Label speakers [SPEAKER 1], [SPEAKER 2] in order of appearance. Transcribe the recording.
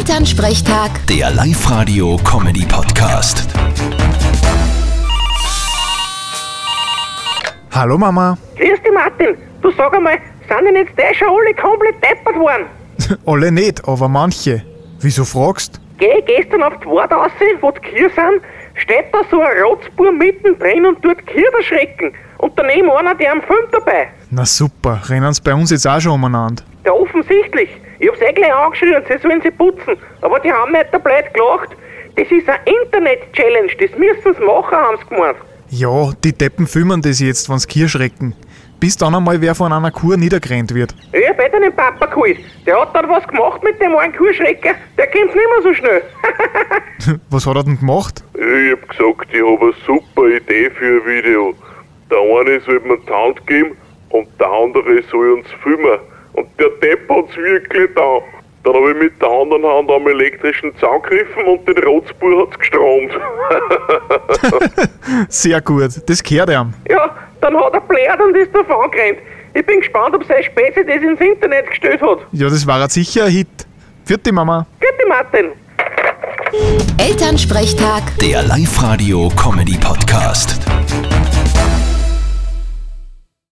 [SPEAKER 1] Elternsprechtag,
[SPEAKER 2] Der Live-Radio-Comedy-Podcast.
[SPEAKER 3] Hallo Mama.
[SPEAKER 4] Grüß dich, Martin. Du sag einmal, sind denn jetzt eh schon alle komplett deppert worden?
[SPEAKER 3] Alle nicht, aber manche. Wieso fragst?
[SPEAKER 4] Geh gestern auf die Wort raus, wo die Kühe sind, steht da so ein Rotzbur mittendrin und tut die Kühe erschrecken. Und daneben einer, der am Film dabei.
[SPEAKER 3] Na super, rennen's bei uns jetzt auch schon umeinander.
[SPEAKER 4] Ja, offensichtlich. Ich hab's eh gleich angeschrien, sie sollen sie putzen. Aber die haben nicht der blöd gelacht. Das ist eine Internet-Challenge, das müssen sie machen, haben sie gemeint.
[SPEAKER 3] Ja, die Deppen filmen das jetzt, wenn's Kirschrecken. Bis dann einmal wer von einer Kur niedergerannt wird.
[SPEAKER 4] Ich hab eh den Papa geholt. Der hat dann was gemacht mit dem einen Kuhschrecker. Der kommt nicht mehr so schnell.
[SPEAKER 3] Was hat er denn gemacht?
[SPEAKER 5] Äh, Ich hab gesagt, ich hab eine super Idee für ein Video. Der eine soll mir die Hand geben und der andere soll uns filmen. Und der Depp hat's wirklich da. Dann hab ich mit der anderen Hand am elektrischen Zaun gegriffen und den Rotzbur hat's gestrahmt.
[SPEAKER 3] Sehr gut, das gehört ihm.
[SPEAKER 4] Ja, dann hat er blärt und ist davon gerannt. Ich bin gespannt, ob seine Spezi das ins Internet gestellt hat.
[SPEAKER 3] Ja, das war jetzt sicher ein Hit. Vierte Mama.
[SPEAKER 4] Gute Martin.
[SPEAKER 1] Elternsprechtag.
[SPEAKER 2] Der Live-Radio-Comedy-Podcast.